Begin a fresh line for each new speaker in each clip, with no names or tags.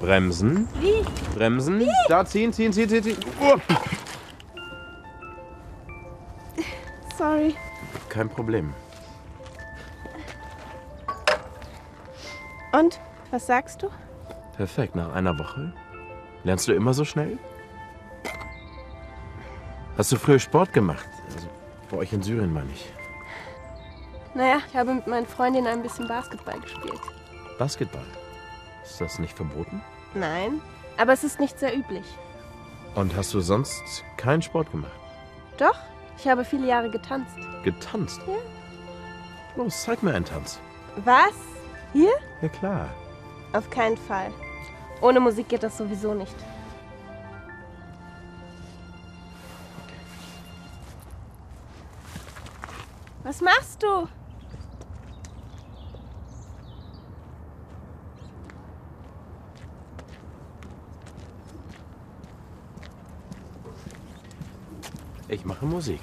Bremsen.
Wie?
Bremsen. Da ziehen, ziehen, ziehen, ziehen, ziehen. Oh,
Sorry.
kein Problem.
Und? Was sagst du?
Perfekt, nach einer Woche? Lernst du immer so schnell? Hast du früher Sport gemacht? Also bei euch in Syrien meine ich.
Naja, ich habe mit meinen Freundinnen ein bisschen Basketball gespielt.
Basketball. Ist das nicht verboten?
Nein, aber es ist nicht sehr üblich.
Und hast du sonst keinen Sport gemacht?
Doch, ich habe viele Jahre getanzt.
Getanzt? Ja. Los, zeig mir einen Tanz.
Was? Hier?
Ja klar.
Auf keinen Fall. Ohne Musik geht das sowieso nicht. Was machst du?
Ich mache Musik.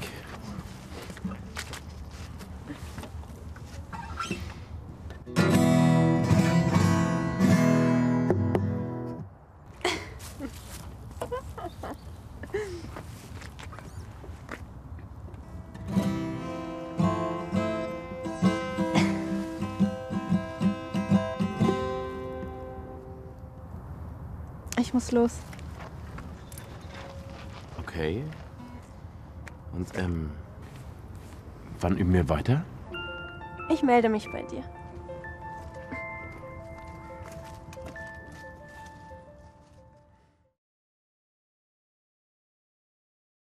Ich muss los.
Okay. Und ähm, wann üben wir weiter?
Ich melde mich bei dir.